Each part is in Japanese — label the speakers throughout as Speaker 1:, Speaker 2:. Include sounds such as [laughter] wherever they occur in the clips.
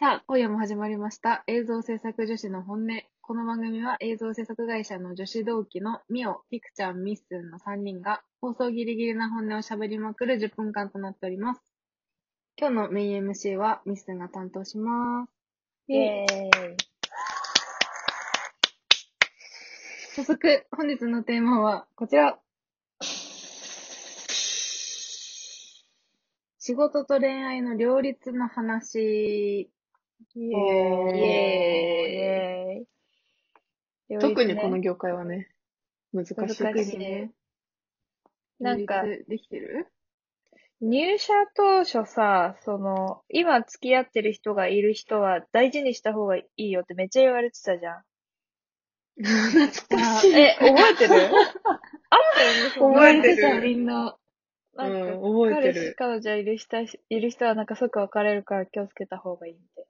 Speaker 1: さあ、今夜も始まりました。映像制作女子の本音。この番組は映像制作会社の女子同期のミオ、ピクちゃん、ミッスンの3人が放送ギリギリな本音を喋りまくる10分間となっております。今日のメイン MC はミッスンが担当します。
Speaker 2: イエーイ。
Speaker 1: 早速、本日のテーマはこちら。仕事と恋愛の両立の話。
Speaker 2: イ
Speaker 1: イエ
Speaker 2: エーイ。
Speaker 3: 特にこの
Speaker 2: ね
Speaker 3: 業界はね、難しい。
Speaker 2: 難しい
Speaker 1: 特にね。
Speaker 2: なんか
Speaker 1: 両立できてる
Speaker 2: 入社当初さ、その、今付き合ってる人がいる人は大事にした方がいいよってめっちゃ言われてたじゃん。
Speaker 3: [laughs] 懐かしい。
Speaker 2: え、覚えてるあったよね、そんな
Speaker 3: 覚えてる
Speaker 1: 言われたみんな。
Speaker 2: なんか、
Speaker 3: うん、覚え
Speaker 2: 彼
Speaker 3: て
Speaker 2: 氏
Speaker 3: る。
Speaker 2: 彼女いる人は、いる人はなんか即別れるから気をつけた方がいいみたい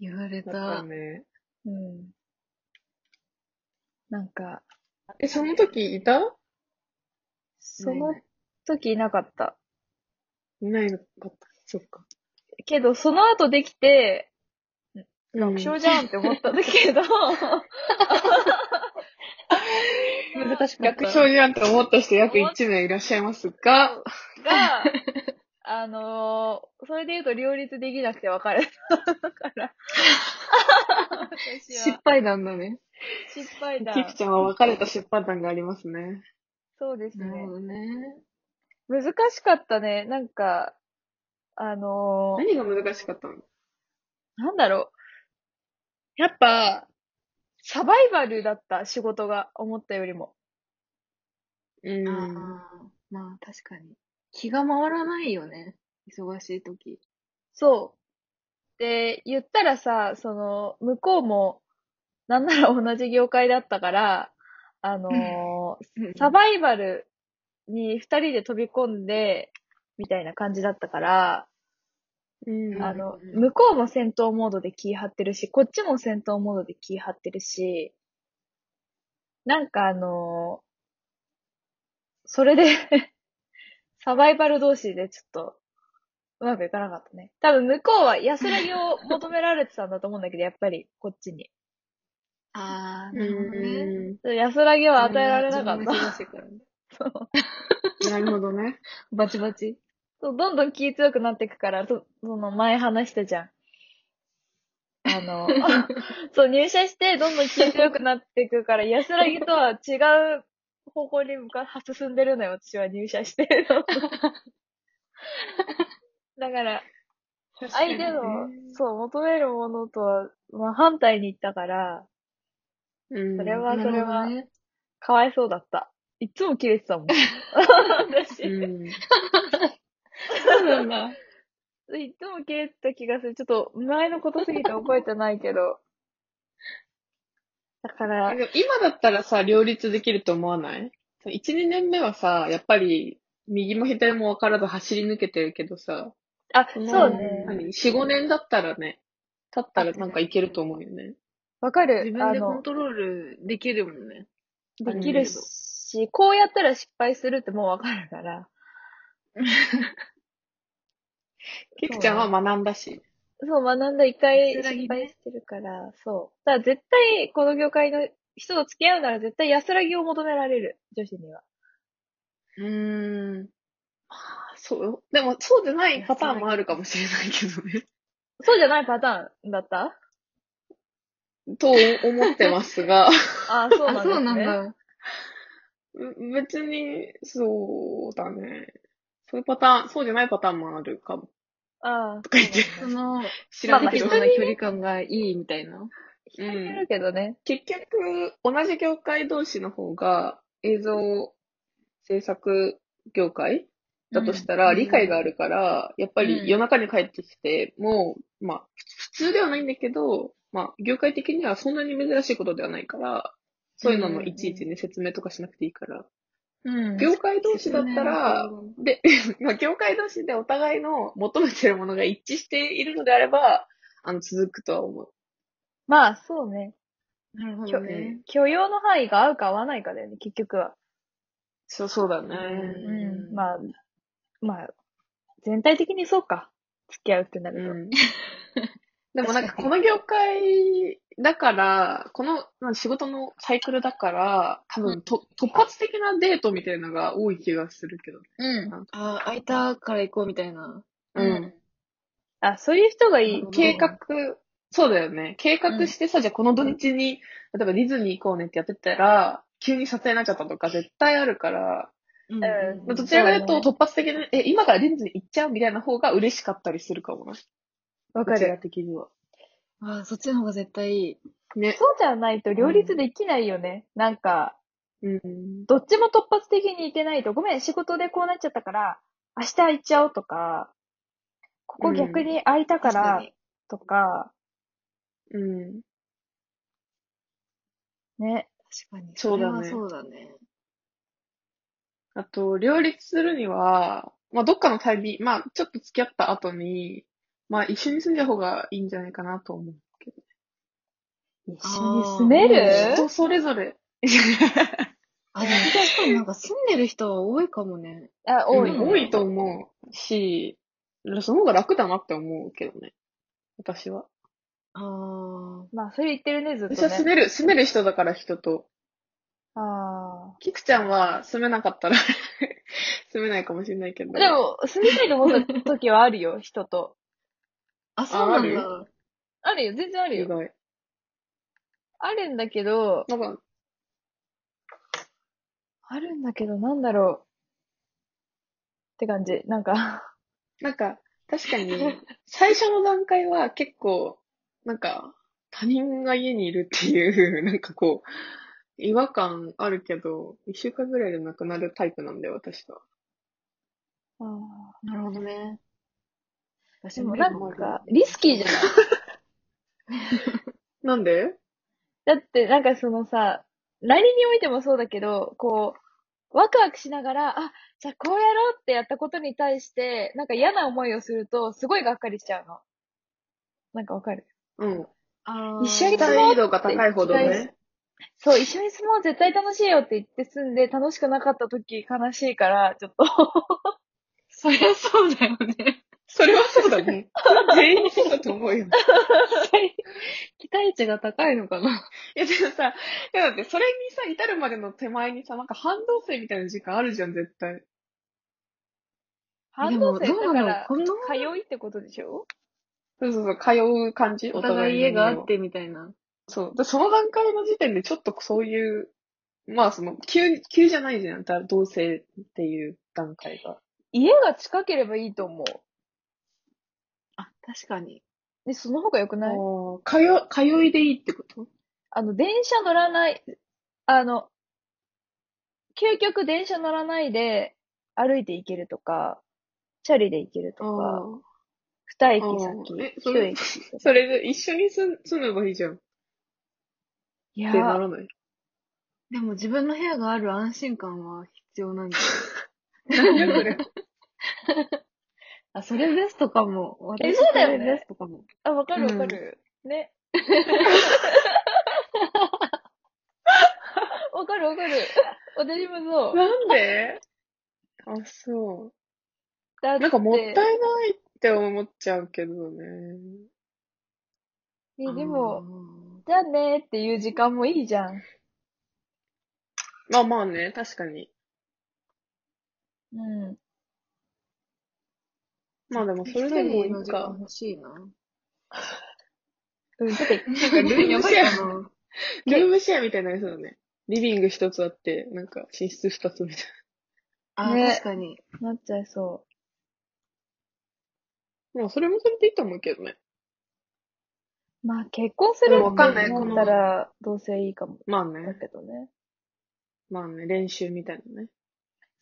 Speaker 1: 言われ
Speaker 3: だった
Speaker 1: た。
Speaker 3: ね。
Speaker 2: な。うん。なんか、
Speaker 3: え、その時いた
Speaker 2: その時いなかった。
Speaker 3: いないのかった。そっか。
Speaker 2: けど、その後できて、
Speaker 3: 楽
Speaker 2: 楽勝じゃんって思ったんだけど、
Speaker 1: [laughs] 難しかっ
Speaker 3: 楽
Speaker 1: た。
Speaker 3: 勝じゃんって思った人約1名いらっしゃいますが、
Speaker 2: が、あのーそれで言うと両立できなくて別れた。だから、私
Speaker 1: 失
Speaker 2: は
Speaker 1: 敗談だね。
Speaker 2: 失敗だ。
Speaker 3: キクちゃんは別れた失敗談がありますね。
Speaker 2: そうです
Speaker 1: なる
Speaker 2: ね
Speaker 1: ほ。どね。
Speaker 2: 難しかったね。なんか、あのー
Speaker 3: 何が難しかったの
Speaker 2: なんだろう。やっぱ、サバイバルだった仕事が思ったよりも。
Speaker 3: う
Speaker 1: ああまあ確かに。気が回らないよね。忙しい時。
Speaker 2: そう。で、言ったらさ、その、向こうも、なんなら同じ業界だったから、あのーサバイバルに二人で飛び込んで、みたいな感じだったから、
Speaker 3: うん。
Speaker 2: あの
Speaker 1: うん、
Speaker 2: 向こうも戦闘モードで気張ってるし、こっちも戦闘モードで気張ってるし、なんかあのーそれで、 [laughs] サバイバル同士でちょっと、うまくいかなかったね。多分向こうは安らぎを求められてたんだと思うんだけど、やっぱりこっちに。
Speaker 1: ああ、
Speaker 3: う
Speaker 1: なるほどね。
Speaker 3: ん。
Speaker 2: 安らぎは与えられなかっ
Speaker 1: 自
Speaker 2: た
Speaker 1: 分。が忙しいからね
Speaker 2: そう
Speaker 3: なるほどね。
Speaker 1: バチバチ。
Speaker 2: そう、どんどん気強くなっていくから、そその前話したじゃん。あの、そう、入社してどんどん気強くなっていくから、安らぎとは違う方向に向か進んでるのよ、私は入社して。だから、相手の、そう、求めるものとは、まあ、反対に行ったから、
Speaker 3: うん。
Speaker 2: それは
Speaker 1: な
Speaker 2: そ
Speaker 1: る
Speaker 2: れ
Speaker 1: ほど
Speaker 2: は、
Speaker 1: ね。
Speaker 2: かわいそうだった。いつも切れてたもん。
Speaker 3: う
Speaker 2: 私、 [laughs]
Speaker 3: ん。
Speaker 1: そうなんだ。
Speaker 2: いつも切れてた気がする。ちょっと、前のことすぎて覚えてない
Speaker 1: [laughs]
Speaker 2: けど。だから
Speaker 3: あ、でも今だったらさ、両立できると思わない ?1、2年目はさ、やっぱり、右も左も分からず走り抜けてるけどさ、
Speaker 2: あ、
Speaker 3: この
Speaker 2: そうね。
Speaker 3: 何 ?4、5年だったらね、経ったらなんかいけると思うよね。
Speaker 2: わか
Speaker 1: 自
Speaker 2: る。
Speaker 1: 分
Speaker 2: あ
Speaker 1: でコン
Speaker 2: の、
Speaker 1: トロールできるもんね。
Speaker 2: で
Speaker 3: る
Speaker 2: きるし、こうやったら失敗するってもうわかるから。
Speaker 3: キクちゃんは学んだし。
Speaker 2: そう、学んだ一回
Speaker 1: 安らぎね
Speaker 2: 失敗してるから、そう。だから絶対、この業界の人と付き合うなら絶対安らぎを求められる、女子には。
Speaker 3: うーん。まあ、そう。でも、そうじゃないパターンもあるかもしれないけど
Speaker 2: [laughs]
Speaker 3: ね。
Speaker 2: そうじゃないパターンだった
Speaker 3: と思ってますが、 [laughs]
Speaker 2: あ、そうな
Speaker 1: あ、
Speaker 2: んだ、
Speaker 1: そうなん。だ。
Speaker 3: う別に、そうだね。そういうパターン、そうじゃないパターンもあるかも。
Speaker 2: ああ、
Speaker 3: か言って
Speaker 2: そ
Speaker 1: そう
Speaker 2: なん
Speaker 1: の、
Speaker 2: だ
Speaker 3: 知ら
Speaker 2: ま
Speaker 3: な
Speaker 2: あ
Speaker 3: いけ
Speaker 1: 適
Speaker 3: ど。
Speaker 1: 度な距離感がいいみたいな。
Speaker 2: 惹かれるけどね。
Speaker 3: 結局、同じ業界同士の方が映像制作業界だとした
Speaker 1: う
Speaker 3: ら
Speaker 1: ん
Speaker 3: 理解があるから、やっぱ
Speaker 1: うん
Speaker 3: り夜中に帰ってきて、もう、まあ、ふ普通ではないんだけど、まあ、業界的にはそんなに珍しいことではないから、そういうのもいちいちね、説明とかしなくていいから。
Speaker 2: うん。
Speaker 3: 業界同士だったら、で、まあ、業界同士でお互いの求めてるものが一致しているのであれば、あの、続くとは思う。
Speaker 2: まあ、そうね。
Speaker 1: なるほどね。
Speaker 2: 許容の範囲が合うか合わないかだよね、結局は。
Speaker 3: そう、そうだね。
Speaker 1: うん
Speaker 2: うんまあ、まあ、全体的にそうか。付き合うってなると。
Speaker 3: うん [laughs] でもなんか
Speaker 2: 確か
Speaker 3: この業界だから、このまあ仕事のサイクルだから、多分と、突発的なデートみたいなのが多い気がするけど。
Speaker 2: うん。
Speaker 1: ああ、空いたから行こうみたいな。
Speaker 2: うん。あ、そういう人がいい。
Speaker 3: 計画、そうだよね。計画してさ、じゃあこの土日に、例えばディズニー行こうねってやってたら、急に撮影になっちゃったとか絶対あるから、
Speaker 1: うん
Speaker 3: どちらかと
Speaker 2: そ
Speaker 3: いううと突発的に、え、今からディズニー行っちゃうみたいな方が嬉しかったりするかもな。
Speaker 2: わ
Speaker 3: こ
Speaker 2: か
Speaker 3: ちら
Speaker 2: る。
Speaker 3: 的には。
Speaker 1: ああ、そっちの方が絶対いい。
Speaker 3: ね。
Speaker 2: そうじゃないと両立できないよね。なんか、
Speaker 3: うん。
Speaker 2: どっちも突発的にいけないと、ごめん、仕事でこうなっちゃったから、明日行っちゃおうとか、ここ逆に空いたか
Speaker 1: 確からに。
Speaker 2: とか、
Speaker 3: うん。
Speaker 2: ね。
Speaker 1: 確かに。
Speaker 3: そうだね
Speaker 1: れはそうだね。
Speaker 3: あと、両立するには、まあ、どっかの旅、まあ、ちょっと付き合った後に、まあ、一緒に住んだ方がいいんじゃないかなと思うけど。
Speaker 2: 一緒に住める
Speaker 3: 人それぞれ。
Speaker 1: あ、でも確かになんか住んでる人は多いかもね。
Speaker 2: あ、多い、
Speaker 3: うん多いと思うし、その方が楽だなって思うけどね。私は。
Speaker 1: ああ。
Speaker 2: まあ、それ言ってるね、ずっと、
Speaker 3: 私
Speaker 2: ね。
Speaker 3: は住める、住める人だから人と。
Speaker 2: あ
Speaker 3: キクちゃんは住めなかったら [laughs] 住めないかもしれないけど。
Speaker 2: あ。で、も、住みたいと思った時はあるよ、人と。
Speaker 1: あ、そうなん
Speaker 3: あ
Speaker 1: だ。
Speaker 2: あるよ、全然ある
Speaker 3: 意
Speaker 2: よ。
Speaker 3: 外。
Speaker 2: あるんだけど、
Speaker 3: なんか、
Speaker 2: あるんだけど、なんだろう。って感じ。なんか、
Speaker 3: なんか、確かに、最初の段階は結構、なんか、他人が家にいるっていう、なんかこう、違和感あるけど、一週間ぐらいでなくなるタイプなんだよ、私は。
Speaker 2: あー
Speaker 1: なるほどね。
Speaker 2: で
Speaker 1: 私
Speaker 2: も
Speaker 1: も
Speaker 2: なんか、リスキーじゃない
Speaker 3: なんで
Speaker 2: だって、なんかそのさ、何においてもそうだけど、こう、ワクワクしながら、あ、じゃあこうやろうってやったことに対して、なんか嫌な思いをすると、すごいがっかりしちゃうの。なんかわかる
Speaker 3: うん。
Speaker 1: あー
Speaker 2: 一緒に
Speaker 3: 期待移動が高いほど
Speaker 2: 期待
Speaker 3: ね。
Speaker 2: そう、一緒に住もう、絶対楽しいよって言って住んで、楽しくなかった時悲しいから、ちょっと。
Speaker 1: そりゃそうだよね。
Speaker 3: それはそうだね。全員そうだと思うよ。
Speaker 1: [laughs] 期待値が高いのかな。
Speaker 3: いや、でもさ、いやだって、それにさ、至るまでの手前にさ、なんか半導性みたいな時間あるじゃん、絶対。
Speaker 2: 半導性
Speaker 1: でもどうな
Speaker 2: だか
Speaker 1: の
Speaker 2: ら、
Speaker 1: この
Speaker 2: 通いってことでしょ
Speaker 3: そうそうそう、通う感じ、
Speaker 1: お互い家があっ
Speaker 3: の家を。
Speaker 1: てみたいな。
Speaker 3: そう。で、その段階の時点でちょっとそういう、まあその、急、急じゃないじゃん、だ同性っていう段階が。
Speaker 2: 家が近ければいいと思う。
Speaker 1: あ、確かに。
Speaker 2: で、その方が良くない
Speaker 3: あー通、通いでいいってこと
Speaker 2: あの、電車乗らない、あの、究極電車乗らないで歩いて行けるとか、チャリで行けるとか、二駅
Speaker 3: あー
Speaker 2: 先
Speaker 3: え、そ
Speaker 2: 一
Speaker 3: れ
Speaker 2: 駅先とか。
Speaker 3: それで一緒に住住めばいいじゃん。っ
Speaker 2: い
Speaker 3: て
Speaker 2: や
Speaker 3: な
Speaker 2: ー、
Speaker 3: らない。
Speaker 1: でも自分の部屋がある安心感は必要なんだよ。
Speaker 3: なんだそれ。
Speaker 1: あ、それベストかも。
Speaker 2: え
Speaker 1: 私
Speaker 2: そうだよね
Speaker 1: れベストかも。
Speaker 2: あ、わかるわかる。ね。
Speaker 3: [laughs]
Speaker 2: わかるわかる。私もそう。
Speaker 3: なんであ、そう。
Speaker 2: だ
Speaker 3: なんかもったい
Speaker 2: い。
Speaker 3: ないって思っちゃうけどね。
Speaker 2: えで
Speaker 1: あ
Speaker 2: も、
Speaker 1: ー、
Speaker 2: じゃあねーっていう時間もいいじゃん。
Speaker 3: まあまあね、確かに。
Speaker 2: うん。
Speaker 3: まあでもそれでもいい
Speaker 1: 一人の時間
Speaker 3: か。
Speaker 1: 欲しいな。
Speaker 2: うん、だって、
Speaker 1: なん
Speaker 3: かルームシェア
Speaker 1: の。
Speaker 3: ルームシェアみたいになりそうだね。リビング一つあって、なんか寝室二つみたい
Speaker 1: あ、
Speaker 2: ね
Speaker 1: 確かに。
Speaker 2: なっちゃいそ
Speaker 3: な。まあそれもそれでいいと思うけどね。
Speaker 2: う。まあ、結婚する
Speaker 3: で
Speaker 2: って
Speaker 3: もわかんない
Speaker 2: なっ
Speaker 3: こ
Speaker 2: た
Speaker 3: の
Speaker 2: ら、どうせいいかも。
Speaker 3: まあ
Speaker 2: だ
Speaker 3: ね。
Speaker 2: けどね。
Speaker 3: まあね、練習みたいなね。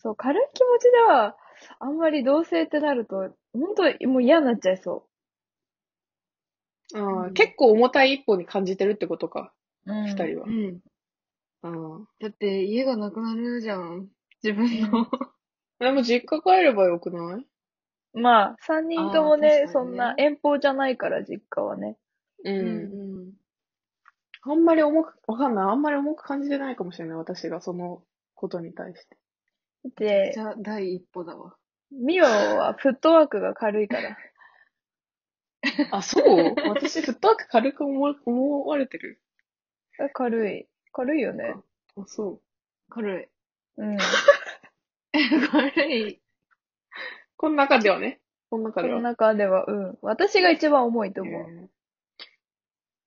Speaker 2: そう、軽い気持ちでは、あんまり同性ってなると、本当もう嫌になっちゃいそ
Speaker 3: ああ、
Speaker 1: うん
Speaker 3: 結構重たい一歩に感じてるってことか、
Speaker 2: う。うん
Speaker 3: 二人は
Speaker 1: う。ん。
Speaker 3: ああ。
Speaker 1: だって家がなくなるじゃん。自分の。
Speaker 3: でも実家帰ればよくない
Speaker 2: まあ、三人ともね
Speaker 1: あー確かにね
Speaker 2: そんな遠方じゃないから、実家はね。
Speaker 3: う。
Speaker 1: うんん。
Speaker 3: あんまり重く、わかんない。あんまり重く感じてないかもしれない、私がそのことに対して。
Speaker 2: で
Speaker 1: じ、ゃあ、第一歩だわ。
Speaker 2: ミオはフットワークが軽いから。 [laughs]
Speaker 3: あ、そう私、フットワーク軽く思わ思われてる。
Speaker 2: え軽い。軽いよね。
Speaker 3: あ、そう。
Speaker 1: 軽い。
Speaker 2: うん。
Speaker 1: 軽い。
Speaker 3: この中ではね。この中
Speaker 2: こ
Speaker 3: で
Speaker 2: の
Speaker 3: は。
Speaker 2: 中では、うん。私が一番重いと思う。
Speaker 3: えー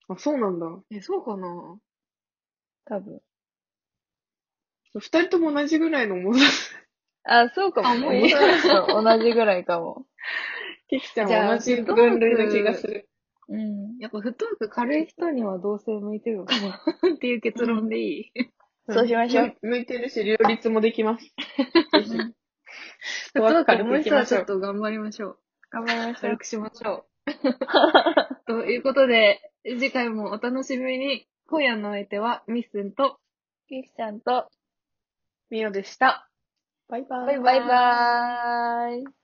Speaker 3: あ、そうなんだ。
Speaker 1: え、そうかな
Speaker 2: 多分。
Speaker 3: 二人とも同じぐらいの重さ。
Speaker 2: あ、そうか
Speaker 1: あ
Speaker 2: も
Speaker 1: 重
Speaker 2: ね。
Speaker 1: い
Speaker 2: そう同じぐらいかも。
Speaker 3: キキちゃん
Speaker 1: じゃ
Speaker 3: は
Speaker 1: あ
Speaker 3: 同じ分類の気がする。
Speaker 2: うん。
Speaker 1: やっぱフットワーク軽い人には同性向いてるのかなっていう結論でいい。
Speaker 2: んそうしましょう
Speaker 3: 向い。向いてるし、両立もできます。 [laughs]
Speaker 1: フ
Speaker 3: フ
Speaker 1: ッ
Speaker 3: ッ
Speaker 1: ト
Speaker 3: ト
Speaker 1: ワ
Speaker 3: ワ
Speaker 1: ー
Speaker 3: ー
Speaker 1: ク
Speaker 3: ク
Speaker 1: 重
Speaker 3: 軽く
Speaker 1: い
Speaker 3: い
Speaker 1: 人
Speaker 3: き
Speaker 1: は
Speaker 3: ま
Speaker 1: ち
Speaker 3: しょう
Speaker 1: ょっと頑張りましょう。
Speaker 2: 頑張り
Speaker 1: [laughs]
Speaker 2: ましょ
Speaker 1: 軽
Speaker 2: う。
Speaker 1: くしましょう。ということで、次回もお楽しみに。今夜のお相手はミッスンと
Speaker 2: キキちゃんと、
Speaker 3: みおでした。バイバ
Speaker 2: バイバイバーイ。